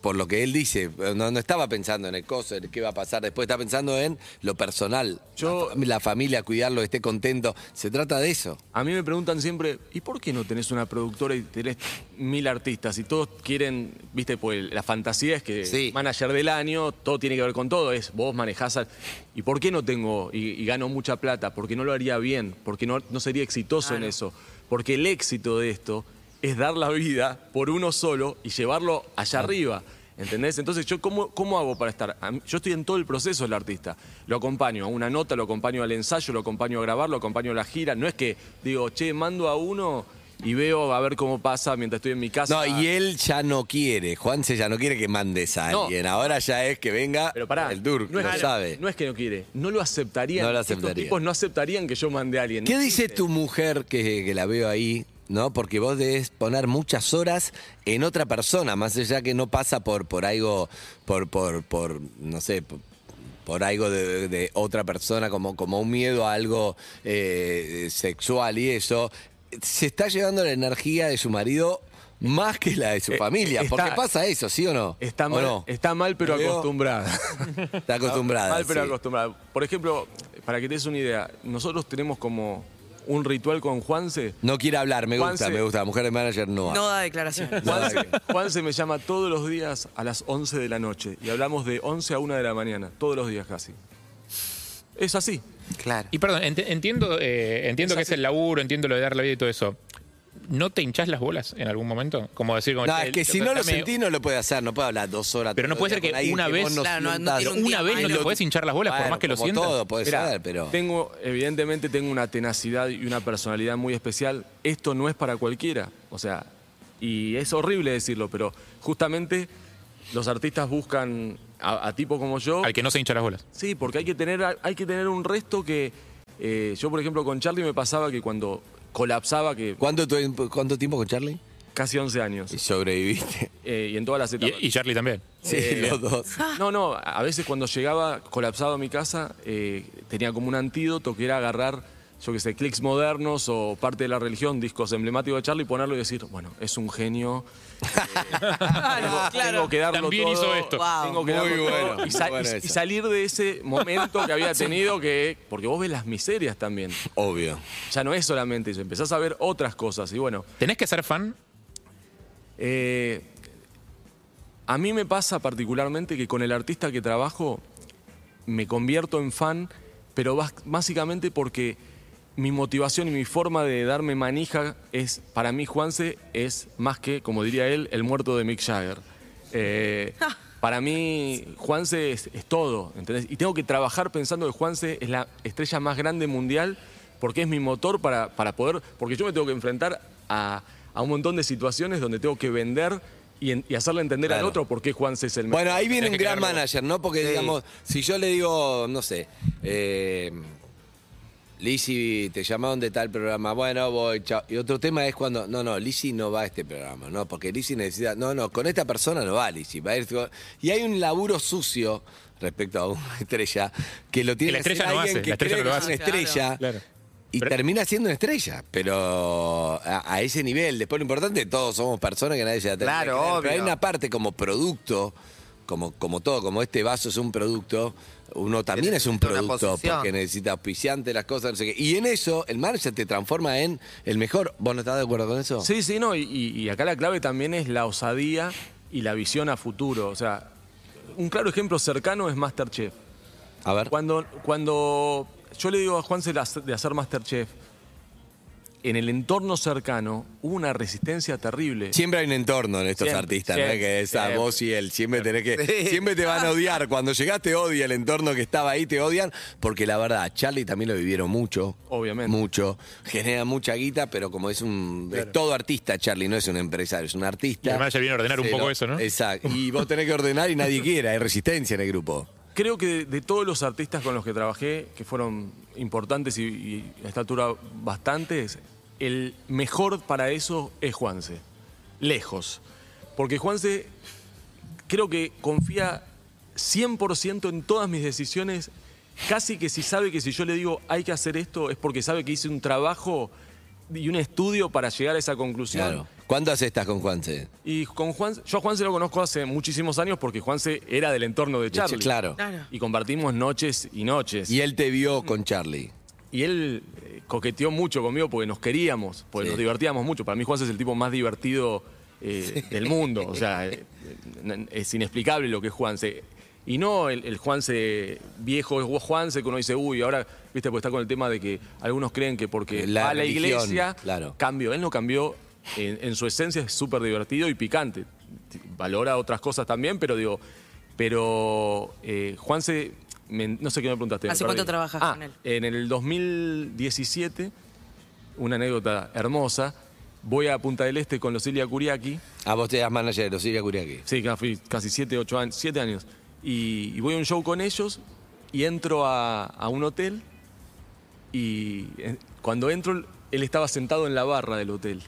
por lo que él dice. eh, No, no estaba pensando en el coso, en qué va a pasar después, está pensando en lo personal. Yo- la, fa- la familia, cuidarlo, esté contento. Se trata de eso. A mí me preguntan siempre, ¿y por qué no tenés una productora y tenés mil artistas? Y todos quieren, viste, pues la fantasía es que Sí. manager del año, todo tiene que ver con todo, es vos manejás al- ¿Y por qué no tengo y, y gano mucha plata? Porque no lo haría bien, porque no, no sería exitoso en eso. Porque el éxito de esto es dar la vida por uno solo y llevarlo allá arriba. ¿Entendés? Entonces, yo cómo, cómo hago para estar. A mí- Yo estoy en todo el proceso del artista. Lo acompaño a una nota, lo acompaño al ensayo, lo acompaño a grabar, lo acompaño a la gira. No es que digo, che, mando a uno y veo a ver cómo pasa mientras estoy en mi casa. No, y él ya no quiere, Juanse ya no quiere que mandes a No. alguien. Ahora ya es que venga Pero pará, el Durk, no es, lo que- sabe. No es que no quiere, no lo aceptarían. No lo Estos aceptaría. tipos no aceptarían que yo mande a alguien. ¿Qué dice tu mujer que, que la veo ahí? ¿No? Porque vos debes poner muchas horas en otra persona, más allá que no pasa por, por algo, por, por, por, no sé, por, por algo de, de otra persona, como, como un miedo a algo eh, sexual y eso. Se está llevando la energía de su marido más que la de su Eh, familia. está- porque pasa eso, ¿sí o no? Está ¿O mal, no? está mal pero ¿Lo veo? acostumbrada. Está acostumbrada. Mal, pero sí. acostumbrada. Por ejemplo, para que te des una idea, nosotros tenemos como un ritual con Juanse. No quiere hablar, me gusta, Juanse- me gusta. La mujer de manager no. habla. No da declaración. Juanse, Juanse me llama todos los días a las 11 de la noche y hablamos de 11 a 1 de la mañana, todos los días casi. Es así. Claro. Y perdón, ent- entiendo, eh, entiendo que es el laburo, entiendo lo de dar la vida y todo eso. ¿No te hinchás las bolas en algún momento? Como decir, como, No, "Che, es que si el- no lo tratame- sentí, no lo puede hacer. No puede hablar dos horas. Pero no todo puede el ser día que con alguien una que vez- vos no Claro, no, no sientas- tiene Pero un día una vez no malo. te podés hinchar las bolas, por Bueno, más que lo como sientas. todo puede Mirá, ser, pero... Tengo, evidentemente tengo una tenacidad y una personalidad muy especial. Esto no es para cualquiera. O sea, y es horrible decirlo, pero justamente los artistas buscan a, a tipo como yo. Al que no se hincha las bolas. Sí, porque hay que tener, hay que tener un resto que. eh, yo, por ejemplo, con Charlie me pasaba que cuando colapsaba, que ¿Cuánto, tu- cuánto tiempo con Charlie? casi 11 años, Y sobreviviste. eh, y en todas las etapas. Y, y Charlie también. Sí, los dos. No, no, a veces cuando llegaba colapsado a mi casa, eh, tenía como un antídoto que era agarrar, yo qué sé, clics modernos o parte de la religión, discos emblemáticos de Charlie, ponerlo y decir, bueno, es un genio. eh, tengo, tengo que darlo También hizo todo, esto. Wow. tengo que Muy darlo todo. bueno, y, sa- muy bueno y- y eso. salir de ese momento que había tenido que. Porque vos ves las miserias también. Obvio. Ya no es solamente eso, empezás a ver otras cosas. Y bueno, ¿Tenés que ser fan? eh, a mí me pasa particularmente que con el artista que trabajo me convierto en fan, pero bas- básicamente porque mi motivación y mi forma de darme manija es, para mí Juanse es más que, como diría él, el muerto de Mick Jagger. Eh, para mí Juanse es, es todo, ¿entendés? Y tengo que trabajar pensando que Juanse es la estrella más grande mundial porque es mi motor para, para poder, porque yo me tengo que enfrentar a, a un montón de situaciones donde tengo que vender y, en- y hacerle entender al Claro. otro por qué Juanse es el mejor. Bueno, ahí viene Tenés un que gran crearlo vos. manager, ¿no? Porque, digamos, si yo le digo, no sé, eh, Lizzy, te llamaron de tal programa, bueno, voy, chao. Y otro tema es cuando, no, no, Lizzy no va a este programa, ¿no? Porque Lizzy necesita, no, no, con esta persona no va Lizzy, va a ir con- Y hay un laburo sucio respecto a una estrella que lo tiene la que hacer estrella no alguien hace, que la estrella cree no que lo es una hace. estrella. Claro. Y Pero- termina siendo una estrella, pero a, a ese nivel. Después lo importante, todos somos personas que nadie se la termina de Claro, creer, Pero hay obvio. una parte como producto, como, como todo, como este vaso es un producto, uno también es un necesita una producto posición. porque necesita auspiciante, las cosas, no sé qué. Y en eso, el manager te transforma en el mejor. ¿Vos no estás de acuerdo con eso? Sí, sí, no, y, y acá la clave también es la osadía y la visión a futuro. O sea, un claro ejemplo cercano es Masterchef. A ver. Cuando, cuando yo le digo a Juan de hacer Masterchef, en el entorno cercano hubo una resistencia terrible. Siempre hay un entorno en estos Siempre, artistas, ¿no? siempre, Que es a siempre. vos y él. Siempre tenés que. Siempre te van a odiar. Cuando llegás te odia el entorno que estaba ahí, te odian. Porque la verdad, Charlie también lo vivieron mucho. Obviamente. Mucho. Genera mucha guita, pero como es un. Es todo artista, Charlie, no es un empresario, es un artista. Y el manager viene a ordenar un poco eso, ¿no? Exacto. Y vos tenés que ordenar y nadie quiera. Hay resistencia en el grupo. Creo que de, de todos los artistas con los que trabajé, que fueron importantes y, y a esta altura bastantes, el mejor para eso es Juanse. Lejos. Porque Juanse creo que confía 100% en todas mis decisiones. Casi que si sabe que si yo le digo hay que hacer esto, es porque sabe que hice un trabajo y un estudio para llegar a esa conclusión. Claro. Y ¿Cuánto haces estás con Juanse? Y con Juan, yo a Juanse lo conozco hace muchísimos años porque Juanse era del entorno de Charlie. Claro. Claro. Y compartimos noches y noches. Y él te vio con Charlie. Y él eh, coqueteó mucho conmigo porque nos queríamos, porque Sí. nos divertíamos mucho. Para mí Juan es el tipo más divertido eh, del mundo. O sea, eh, eh, es inexplicable lo que es Juanse. Y no el, el Juanse viejo, es Juanse que uno dice, uy, ahora, viste, pues está con el tema de que algunos creen que porque La va a la religión, iglesia, claro. cambió. Él no cambió. En, en su esencia es súper divertido y picante. T- Valora otras cosas también, pero digo, pero eh, Juanse, me- no sé qué me preguntaste. me ¿Hace cuánto perdí. trabajas Ah, con él? en el 2017, una anécdota hermosa, voy a Punta del Este con Lucilia Curiaki. Ah, vos te das manager de los Siria Curiaki. Sí, ya fui casi 7, 8 años, 7 años. Y, y voy a un show con ellos y entro a, a un hotel y eh, cuando entro él estaba sentado en la barra del hotel.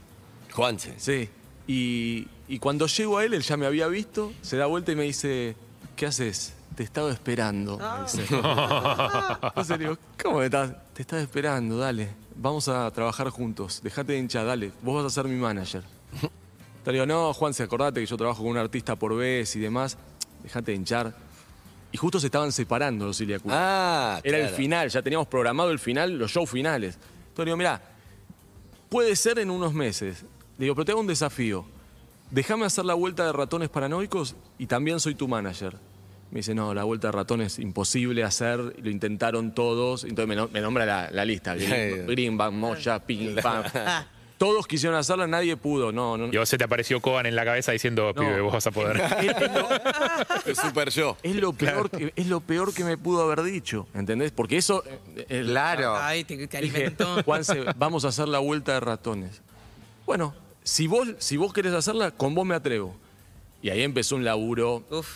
Juanse. Sí. Y, y cuando llego a él, él ya me había visto, se da vuelta y me dice, ¿qué haces? Te he estado esperando. me dice. Entonces le digo, ¿cómo me estás? Te estaba esperando, dale. Vamos a trabajar juntos. Dejate de hinchar, dale. Vos vas a ser mi manager. Te digo, no, Juan, se acordate que yo trabajo con un artista por vez y demás. Dejate de hinchar. Y justo se estaban separando los Iliacus. Ah, Era el claro. final, ya teníamos programado el final, los shows finales. Entonces digo, mirá, puede ser en unos meses. Le digo, pero te hago un desafío. Déjame hacer la vuelta de ratones paranoicos y también soy tu manager. Me dice, no, la vuelta de ratones imposible hacer, lo intentaron todos. Entonces me, no- me nombra la, la lista. Green- Greenback, Moya, Ping, Pam. Todos quisieron hacerla, nadie pudo. No, no, Y a vos se te apareció Coban en la cabeza diciendo, Mm. No. pibe, vos vas a poder. Es super yo. Es lo, peor que, es lo peor que me pudo haber dicho, ¿entendés? Porque eso... eh, eh, Claro. Ay, te, te Dije, alimentó. Juanse, vamos a hacer la vuelta de ratones. Bueno, si vos, si vos querés hacerla, con vos me atrevo. Y ahí empezó un laburo Uf.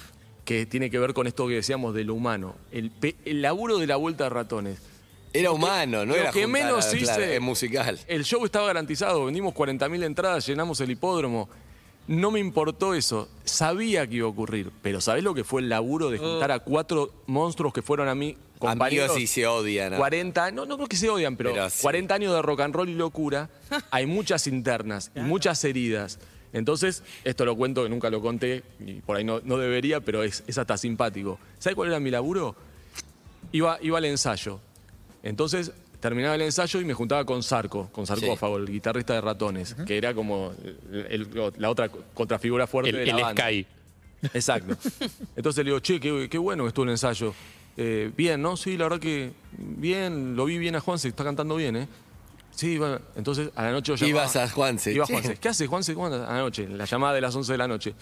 que tiene que ver con esto que decíamos de lo humano. El, pe- el laburo de la vuelta de ratones. Era humano, no Lo era que juntar, menos claro, hice- es musical. El show estaba garantizado, vendimos 40.000 entradas, llenamos el hipódromo. No me importó eso, sabía que iba a ocurrir, pero ¿sabés lo que fue el laburo de juntar a cuatro monstruos que fueron a mí compañeros? Amigos y se odian. 40, no, no, no que se odian, pero, Pero sí. 40 años de rock and roll y locura, hay muchas internas y muchas heridas. Entonces, esto lo cuento que nunca lo conté y por ahí no, no debería, pero es, es hasta simpático. ¿Sabes cuál era mi laburo? Iba, iba al ensayo. Entonces, terminaba el ensayo y me juntaba con Sarco, con Sarcófago, el guitarrista de Ratones, que era como el- el- la otra contrafigura fuerte El, de la el banda. Sky. Exacto. Entonces le digo, che, qué, qué bueno que estuvo el ensayo. Eh, bien, ¿no? Sí, la verdad que bien, lo vi bien a Juan, se está cantando bien, ¿eh? Sí, bueno, entonces a la noche yo llamaba- Ibas a Juanse. Iba a Che. Juanse. ¿Qué haces, Juanse? ¿Cómo andas? A la noche, la llamada de las 11 de la noche.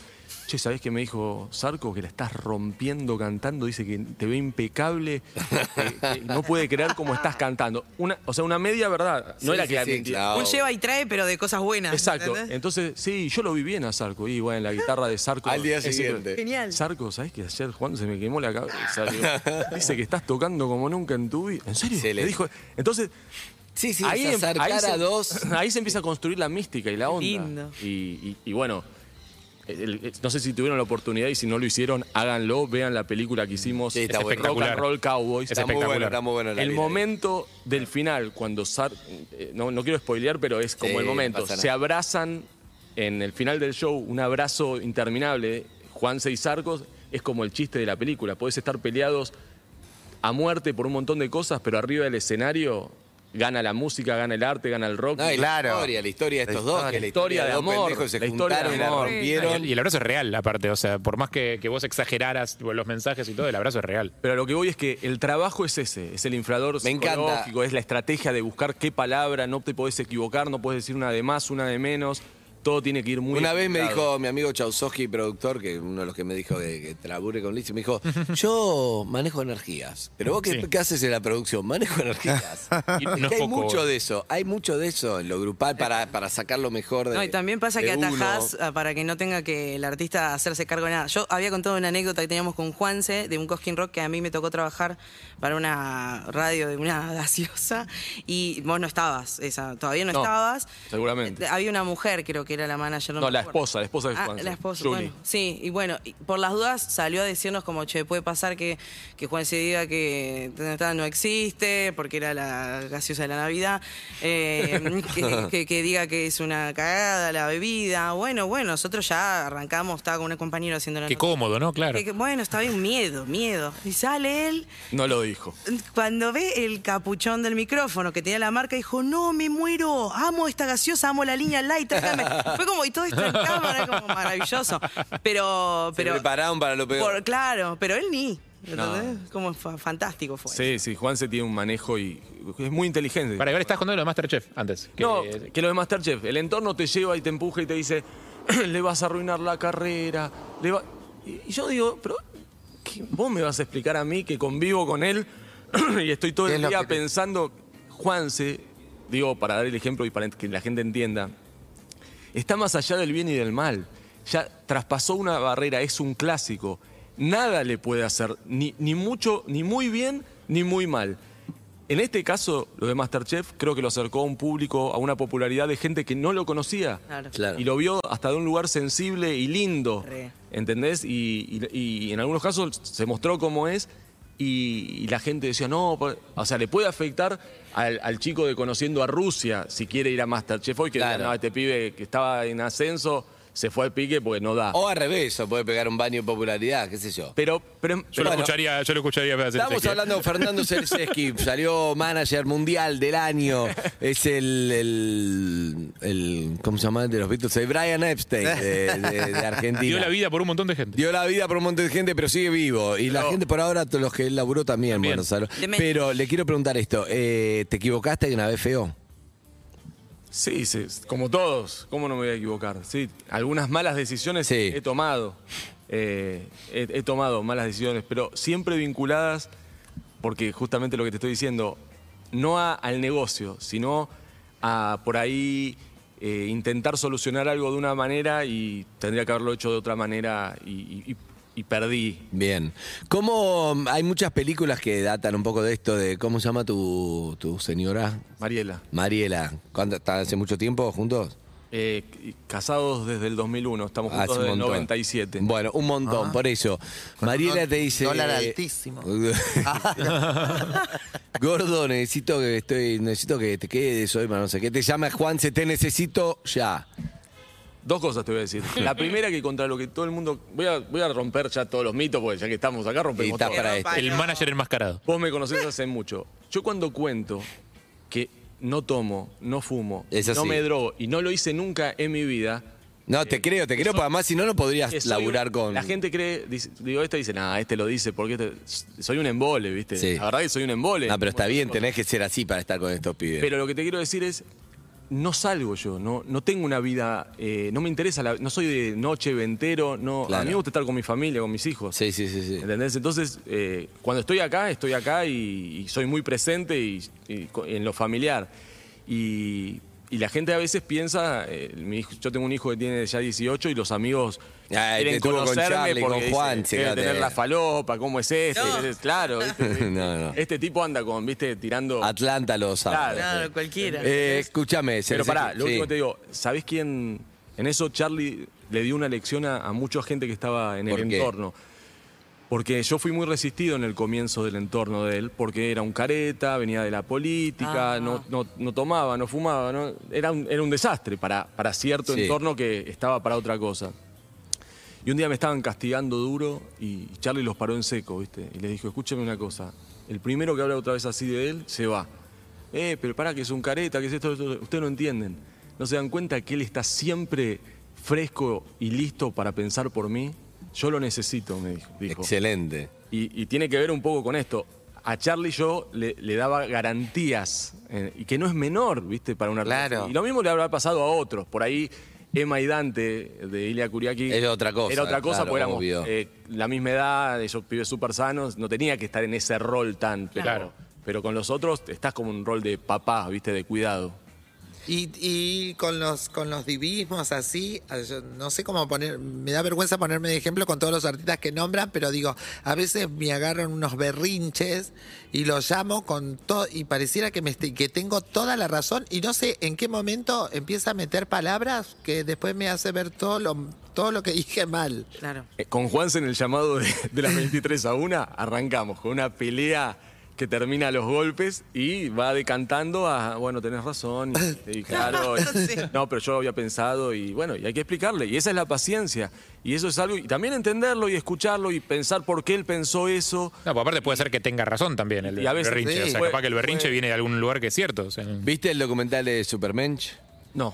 Che, ¿sabés que me dijo Sarco que la estás rompiendo cantando? Dice que te ve impecable, que- que no puede creer cómo estás cantando. Una, o sea, una media verdad. No Sí, era sí, que sí, mentira. claro. Un lleva y trae, pero de cosas buenas. Exacto. ¿entendés? Entonces, sí, yo lo vi bien a Sarco. Y bueno, la guitarra de Sarco. Al día ese- siguiente. Genial. Sarco, ¿sabes que ayer Juan se me quemó la cabeza? Digo, dice que estás tocando como nunca en tu vida. ¿En serio? Excelente. Le dijo. Entonces, Sí, sí, ahí, es em- acercar ahí se, a dos. ahí se empieza a construir la mística y la onda. lindo. Y, y- y bueno, el- el- no sé si tuvieron la oportunidad y si no lo hicieron, háganlo, vean la película que hicimos. eh, Sí, está Rock bueno. and Roll Cowboys. Es Está muy bueno, espectacular. está muy bueno. la El vida. momento del final, cuando Sar, eh, no, no quiero spoilear, pero es como Sí, el no momento. pasa nada. Se abrazan en el final del show, un abrazo interminable. Juan Seis Arcos es como el chiste de la película. Podés estar peleados a muerte por un montón de cosas, pero arriba del escenario gana la música, gana el arte, gana el rock. No, y Claro. la historia, la historia de estos La dos, que es la historia historia de de dos amor, pendejos se la historia juntaron de y la amor. rompieron. Y el abrazo es real, aparte. O sea, por más que, que vos exageraras los mensajes y todo, el abrazo es real. Pero lo que voy es que el trabajo es ese, es el inflador Me encanta. psicológico, es la estrategia de buscar qué palabra, no te podés equivocar, no podés decir una de más, una de menos, todo tiene que ir muy Una vez me equilibrado. dijo mi amigo Chausoski, productor, que uno de los que me dijo que, que trabure con Liz, me dijo, yo manejo energías. Pero vos qué, Sí. qué haces en la producción, manejo energías. Y no es Que hay poco. Eh. mucho de eso, hay mucho de eso en lo grupal para, para sacar lo mejor de No, y también pasa de que uno. atajás ah, para que no tenga que el artista hacerse cargo de nada. Yo había contado una anécdota que teníamos con Juanse de un Cosquín Rock que a mí me tocó trabajar para una radio de una gaseosa y vos no estabas, esa, todavía no, No, estabas. seguramente. Eh, Había una mujer, creo que era la manager. No, me la acuerdo. esposa, la esposa de Ah, Juanse, la esposa, Juni. bueno. Sí, y bueno, y por las dudas salió a decirnos como, che, puede pasar que, que Juan se diga que Tanatán no existe, porque era la gaseosa de la Navidad, eh, que, que- que diga que es una cagada la bebida. Bueno, bueno, nosotros ya arrancamos, estaba con un compañero haciendo la Qué nota. cómodo, ¿no? Claro. Que- que, bueno, estaba bien, miedo, miedo. Y sale él No lo dijo. cuando ve el capuchón del micrófono que tenía la marca, dijo, no, me muero, amo esta gaseosa, amo la línea light, tráigame". Fue como, y todo esto en cámara, como maravilloso. Pero, Se pero, prepararon para lo peor. por- claro, pero él ni. No. ¿entendés? Como fa- fantástico fue. Sí, sí, Juan se tiene un manejo y es muy inteligente. Para igual estás con lo de Masterchef antes. que- no, que lo de Masterchef, el entorno te lleva y te empuja y te dice, le vas a arruinar la carrera. le va-". Y y yo digo, pero ¿qué- vos me vas a explicar a mí que convivo con él y estoy todo ¿Qué es el lo día que te- pensando, Juanse, digo, para dar el ejemplo y para que la gente entienda, está más allá del bien y del mal. Ya traspasó una barrera, es un clásico. Nada le puede hacer, ni, ni mucho, ni muy bien, ni muy mal. En este caso, lo de Masterchef, creo que lo acercó a un público, a una popularidad de gente que no lo conocía. Claro. Claro. Y lo vio hasta de un lugar sensible y lindo. Re. ¿Entendés? Y, y- y en algunos casos se mostró cómo es. Y, y la gente decía, no, pa- o sea, le puede afectar al, al chico de conociendo a Rusia si quiere ir a Masterchef hoy, que diga, Claro. "No, este pibe que estaba en ascenso se fue al pique porque no Oh. da. O al revés, o puede pegar un baño en popularidad, qué sé yo. Pero, pero, Yo lo pero- Bueno, escucharía, yo lo escucharía. hacer Estamos sexy. hablando de Fernando Cerseski, salió manager mundial del año. Es el, el, el- ¿cómo se llama? el De los Beatles, el Brian Epstein de, de- de Argentina. Dio la vida por un montón de gente. Dio la vida por un montón de gente, pero sigue vivo. Y la Pero- gente por ahora, todos los que él laburó también, También. bueno, sal- De México. Pero le quiero preguntar esto, eh, ¿te equivocaste una vez feo? Sí, sí, como todos, ¿cómo no me voy a equivocar? Sí, algunas malas decisiones Sí. he tomado, eh, he, he tomado malas decisiones, pero siempre vinculadas, porque justamente lo que te estoy diciendo, no a- al negocio, sino a por ahí eh, intentar solucionar algo de una manera y tendría que haberlo hecho de otra manera y, y- y- y perdí. Bien. ¿Cómo hay muchas películas que datan un poco de esto, de cómo se llama tu, tu señora? Mariela, Mariela. ¿Cuánto, está- ¿Hace mucho tiempo juntos? eh, c- casados desde el 2001, estamos Hace juntos Ah, un desde el montón. 97. Bueno, un montón, por eso. Ah. Con Mariela un te dice. eh, dólar altísimo. Gordo, necesito que estoy, necesito que te quedes hoy, no sé qué. Te llama Juan, se te necesito ya. Dos cosas te voy a decir. La primera que contra lo que todo el mundo... Voy a, voy a romper ya todos los mitos, porque ya que estamos acá Y rompemos está todo. para esto. este, El manager enmascarado. Vos me conocés hace mucho. Yo cuando cuento que no tomo, no fumo, Es no así. me drogo y no lo hice nunca en mi vida... No, te creo, te creo, porque además si no, no podrías que Eh, soy laburar un- con. La gente cree... dice- digo, este dice, nada, este lo dice porque este- soy un embole, ¿viste? Sí. La verdad que soy un embole. No, pero está bien, tenés que ser así para estar con estos pibes. Pero lo que te quiero decir es, no salgo yo, no, no tengo una vida, eh, no me interesa, la- no soy de noche, ventero, no, a Claro. mí me gusta estar con mi familia, con mis hijos. sí, sí, sí, sí. ¿Entendés? Entonces, eh, cuando estoy acá, estoy acá y, y soy muy presente y, y co- en lo familiar. Y, y la gente a veces piensa, eh, mi hijo- yo tengo un hijo que tiene ya 18 y los amigos Ah, te quieren tuvo con conocerme Charlie, con porque dicen, Juan, "Debe fíjate". tener la falopa, ¿cómo es este? No. Entonces, Claro, ¿viste? No, no. este tipo anda con, viste, tirando... Atlanta los Claro. sabe. Claro, cualquiera. Eh, escúchame, Pero pará, lo sí. último que te digo, ¿sabés quién? En eso Charlie le dio una lección a, a mucha gente que estaba en el ¿Por qué? entorno. Porque yo fui muy resistido en el comienzo del entorno de él, porque era un careta, venía de la política, Ah. no, no- no tomaba, no fumaba, no- era, un, era un desastre para, para cierto Sí. entorno que estaba para otra cosa. Y un día me estaban castigando duro y Charlie los paró en seco, ¿viste? Y les dijo, escúchame una cosa, el primero que habla otra vez así de él, se va. Eh, pero pará, que es un careta, que es esto, esto, esto. ustedes no entienden. ¿No se dan cuenta que él está siempre fresco y listo para pensar por mí? Yo lo necesito, me dijo. dijo. Excelente. Y, y tiene que ver un poco con esto. A Charlie yo le, le daba garantías, eh, y que no es menor, ¿viste? Para una Claro. relación. Y lo mismo le habrá pasado a otros. Por ahí, Emma y Dante de Ilia Kuriaki. Era otra cosa, Era otra cosa, claro, porque éramos obvio. eh, la misma edad, ellos pibes súper sanos, no tenía que estar en ese rol tan. Pero, Claro. pero con los otros estás como un rol de papá, ¿viste? De cuidado. Y, y con los con los divismos así, a- yo no sé cómo poner, me da vergüenza ponerme de ejemplo con todos los artistas que nombran, pero digo, a veces me agarran unos berrinches y los llamo con todo y pareciera que me estoy- que tengo toda la razón y no sé en qué momento empieza a meter palabras que después me hace ver todo lo todo lo que dije mal. Claro. Eh, Con Juanse en el llamado de, de las 23 a 1, arrancamos con una pelea que termina a los golpes y va decantando a, bueno, tenés razón, y, y claro, y- Sí. no, pero yo lo había pensado y bueno, y hay que explicarle, y esa es la paciencia, y eso es algo, y también entenderlo y escucharlo y pensar por qué él pensó eso. No, pues aparte puede ser que tenga razón también el, Y a veces- berrinche. sí. o sea, Puede- capaz que el berrinche puede- viene de algún lugar que es cierto. o sea, ¿Viste el documental de Supermensch? No,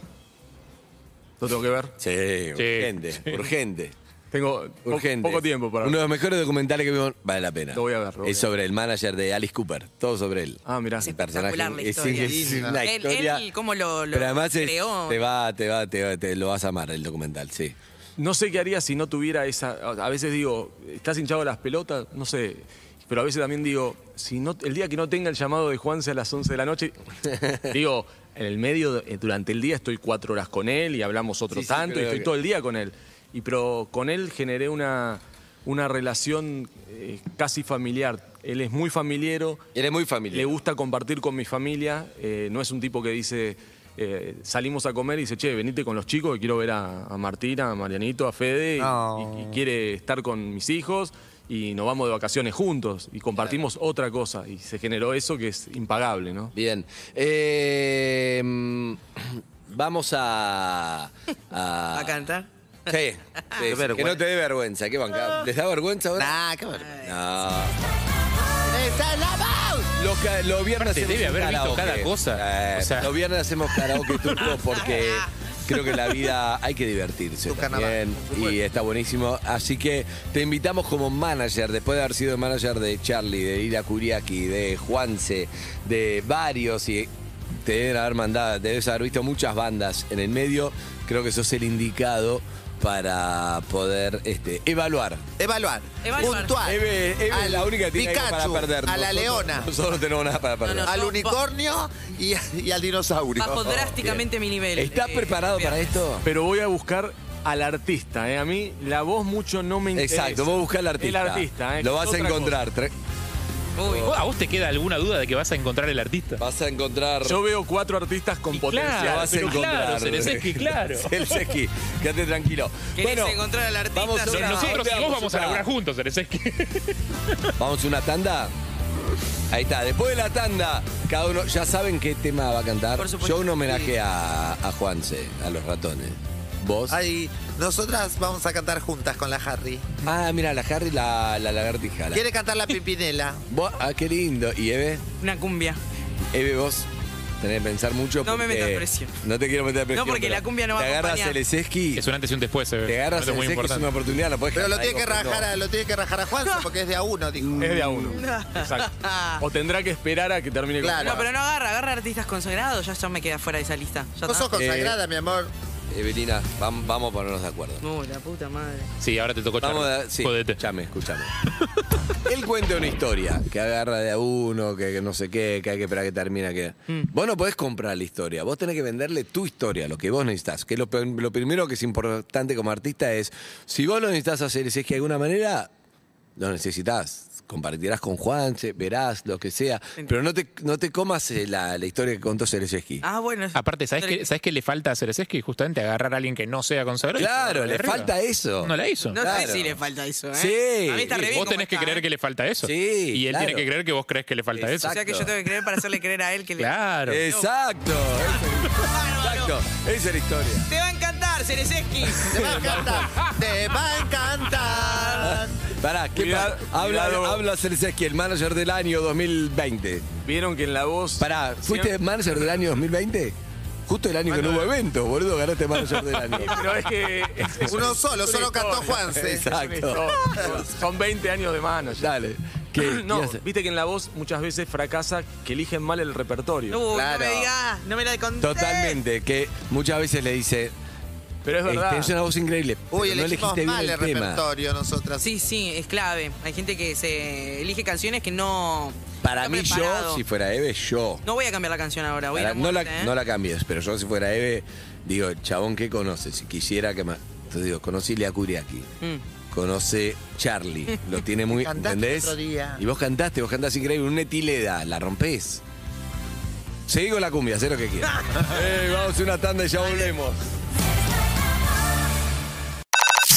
lo tengo que ver. Sí, urgente, urgente. Tengo po- Urgente. poco tiempo para... Uno de los mejores documentales que vimos. Vale la pena. Lo voy a ver, lo voy Es a sobre el manager de Alice Cooper. Todo sobre él. Ah, mirá. El Espectacular la es historia. increíble, es una Él- historia. él cómo lo- lo Pero además es- creó. te va, te va, te va, te lo vas a amar el documental, sí. No sé qué haría si no tuviera esa. A veces digo, ¿estás hinchado de las pelotas? No sé. Pero a veces también digo, si no, el día que no tenga el llamado de Juanse a las 11 de la noche, digo, en el medio, eh, durante el día estoy cuatro horas con él y hablamos otro Sí, sí, tanto y creo estoy que- todo el día con él. Y pero con él generé una, una relación eh, casi familiar. Él es muy familiero, Él es muy familiar. le gusta compartir con mi familia. eh, no es un tipo que dice, eh, salimos a comer y dice, che, venite con los chicos, que quiero ver a, a Martina, a Marianito, a Fede. y- No. Y, y quiere estar con mis hijos y nos vamos de vacaciones juntos y compartimos otra cosa. Y se generó eso que es impagable, ¿no? Bien. Eh, mm, vamos a. A, ¿A cantar? Sí. sí, sí, que no te dé vergüenza. ¿Qué banca? ¿Les da vergüenza ahora? Nah, Ah, qué vergüenza. No. Esa es la voz. Los, ca- los viernes Aparte, hacemos un debe haber visto karaoke. cada cosa. Eh, O sea. Los viernes hacemos karaoke turco porque creo que la vida hay que divertirse Tu carnaval, también. por supuesto. Y está buenísimo. Así que te invitamos como manager, después de haber sido manager de Charlie, de Ira Kuriaki, de Juanse, de varios y te deben haber mandado, te debes haber visto muchas bandas en el medio. Creo que sos el indicado para poder este, evaluar Evaluar, Evaluar. puntual. Eve, Eve al es la única que tiene algo Pikachu, para perder. A la Nosotros- leona, Nosotros no tenemos nada para perder. No, no. al unicornio y, y al dinosaurio. Bajo drásticamente mi nivel. ¿Estás eh, oh, preparado para viernes. esto? Pero voy a buscar al artista, ¿eh? A mí la voz mucho no me interesa. Exacto, vos buscás al artista. El artista, ¿eh? Lo que es vas a otra encontrar. Tre- Uy. ¿A vos te queda alguna duda de que vas a encontrar el artista? Vas a encontrar. cosa. Yo veo cuatro artistas con Y potencia. Lo claro, vas a pero encontrar. claro, Zelensky, claro. Zelensky, quédate tranquilo. ¿Querés Bueno, encontrar al artista? vamos a Sí, una- Nosotros y vos Ah, vamos a laburar juntos, Zelensky. Vamos a una tanda. Ahí está, después de la tanda, cada uno ya saben qué tema va a cantar. Por supuesto. Yo un homenaje a, a Juanse, a los ratones. ¿Vos? Ay, nosotras vamos a cantar juntas con la Harry. Ah, mira, la Harry, la, la lagartija. la- ¿Quiere cantar la Pimpinela? Vos- ah, qué lindo. ¿Y Eve? Una cumbia. Eve, vos tenés que pensar mucho. No me porque- metas presión. No te quiero meter presión. porque pero la cumbia no va Te a agarras acompañar. el Eseski. Es un antes y un después, se ve. Te agarras Momento el muy Eseski, es importante. una oportunidad. No podés Pero lo cantar tiene que algo rajar, no. a- lo tiene que rajar a Juanse porque es de a uno, dijo. Es de a uno. Exacto. O tendrá que esperar a que termine con Claro. No, pero no agarra, agarra artistas consagrados. Ya, ya me queda fuera de esa lista. Ya está. Vos Eh. sos consagrada, mi amor. Evelina, vam- vamos a ponernos de acuerdo. No, la puta madre. Sí, ahora te tocó Vamos Charlie. a, sí, Jodete. escuchame, escuchame. Él cuenta una historia que agarra de a uno, que, que no sé qué, que hay que esperar que termina. Que... Mm. Vos no podés comprar la historia, vos tenés que venderle tu historia, lo que vos necesitas. Que lo, pe- lo primero que es importante como artista es, si vos lo necesitas hacer, si es que de alguna manera lo necesitas. Compartirás con Juanse, verás, lo que sea. Pero no te, no te comas eh, la, la historia que contó Cereseski. Ah, bueno. Aparte, ¿sabes qué, ¿sabes qué le falta a Cereseski? Justamente agarrar a alguien que no sea consagrado. y Claro, sacarlo de le arriba. falta eso. No la hizo. No Claro. sé si le falta eso, ¿eh? Sí. A mí está re bien Vos como tenés que está, creer ¿eh? que le falta eso. Sí, Y él claro. tiene que creer que vos crees que le falta O sea que yo Exacto. tengo que creer para hacerle creer a él que eso. le. Claro. Exacto. Exacto. Bárbaro. Esa es la historia. ¡Te va a encantar, Cereseski! Te va a encantar, te va a encantar. Pará, ¿qué Cuidado, pa- Habla, cuidado. habla Zelensky, el manager del año 2020. Vieron que en la voz. Pará, ¿fuiste Siempre- manager del año 2020? Justo el año que no hubo evento, boludo, ganaste manager del año. Pero es que. es- es Uno una- solo, es una solo cantó historia. Juanse. Exacto. Son 20 años de manager. Dale. ¿Qué? No, ¿Qué hace? viste que en la voz muchas veces fracasa que eligen mal el repertorio. Uh, Claro. No me digas, no me la conté. Totalmente, que muchas veces le dice, Pero es "Eh, verdad. tenés una voz increíble, Uy, pero no elegimos elegiste bien mal el, el tema. repertorio nosotras. Sí, sí, es clave. Hay gente que se elige canciones que no Para Está mí, yo, preparado. si fuera Eve, yo. No voy a cambiar la canción ahora, voy a ir Para- a no, la, muerte, ¿eh? no la cambies, pero yo si fuera Eve, digo, chabón, ¿qué conoces? Si quisiera que más. Te digo, conocí a Kuriaki. Mm. Conoce Charlie. Lo tiene muy. Cantaste ¿Entendés? otro día. Y vos cantaste, vos cantás increíble. Un etileda, la rompés. Seguí con la cumbia, sé lo que quieras. Ey, Eh, vamos a una tanda y ya volvemos.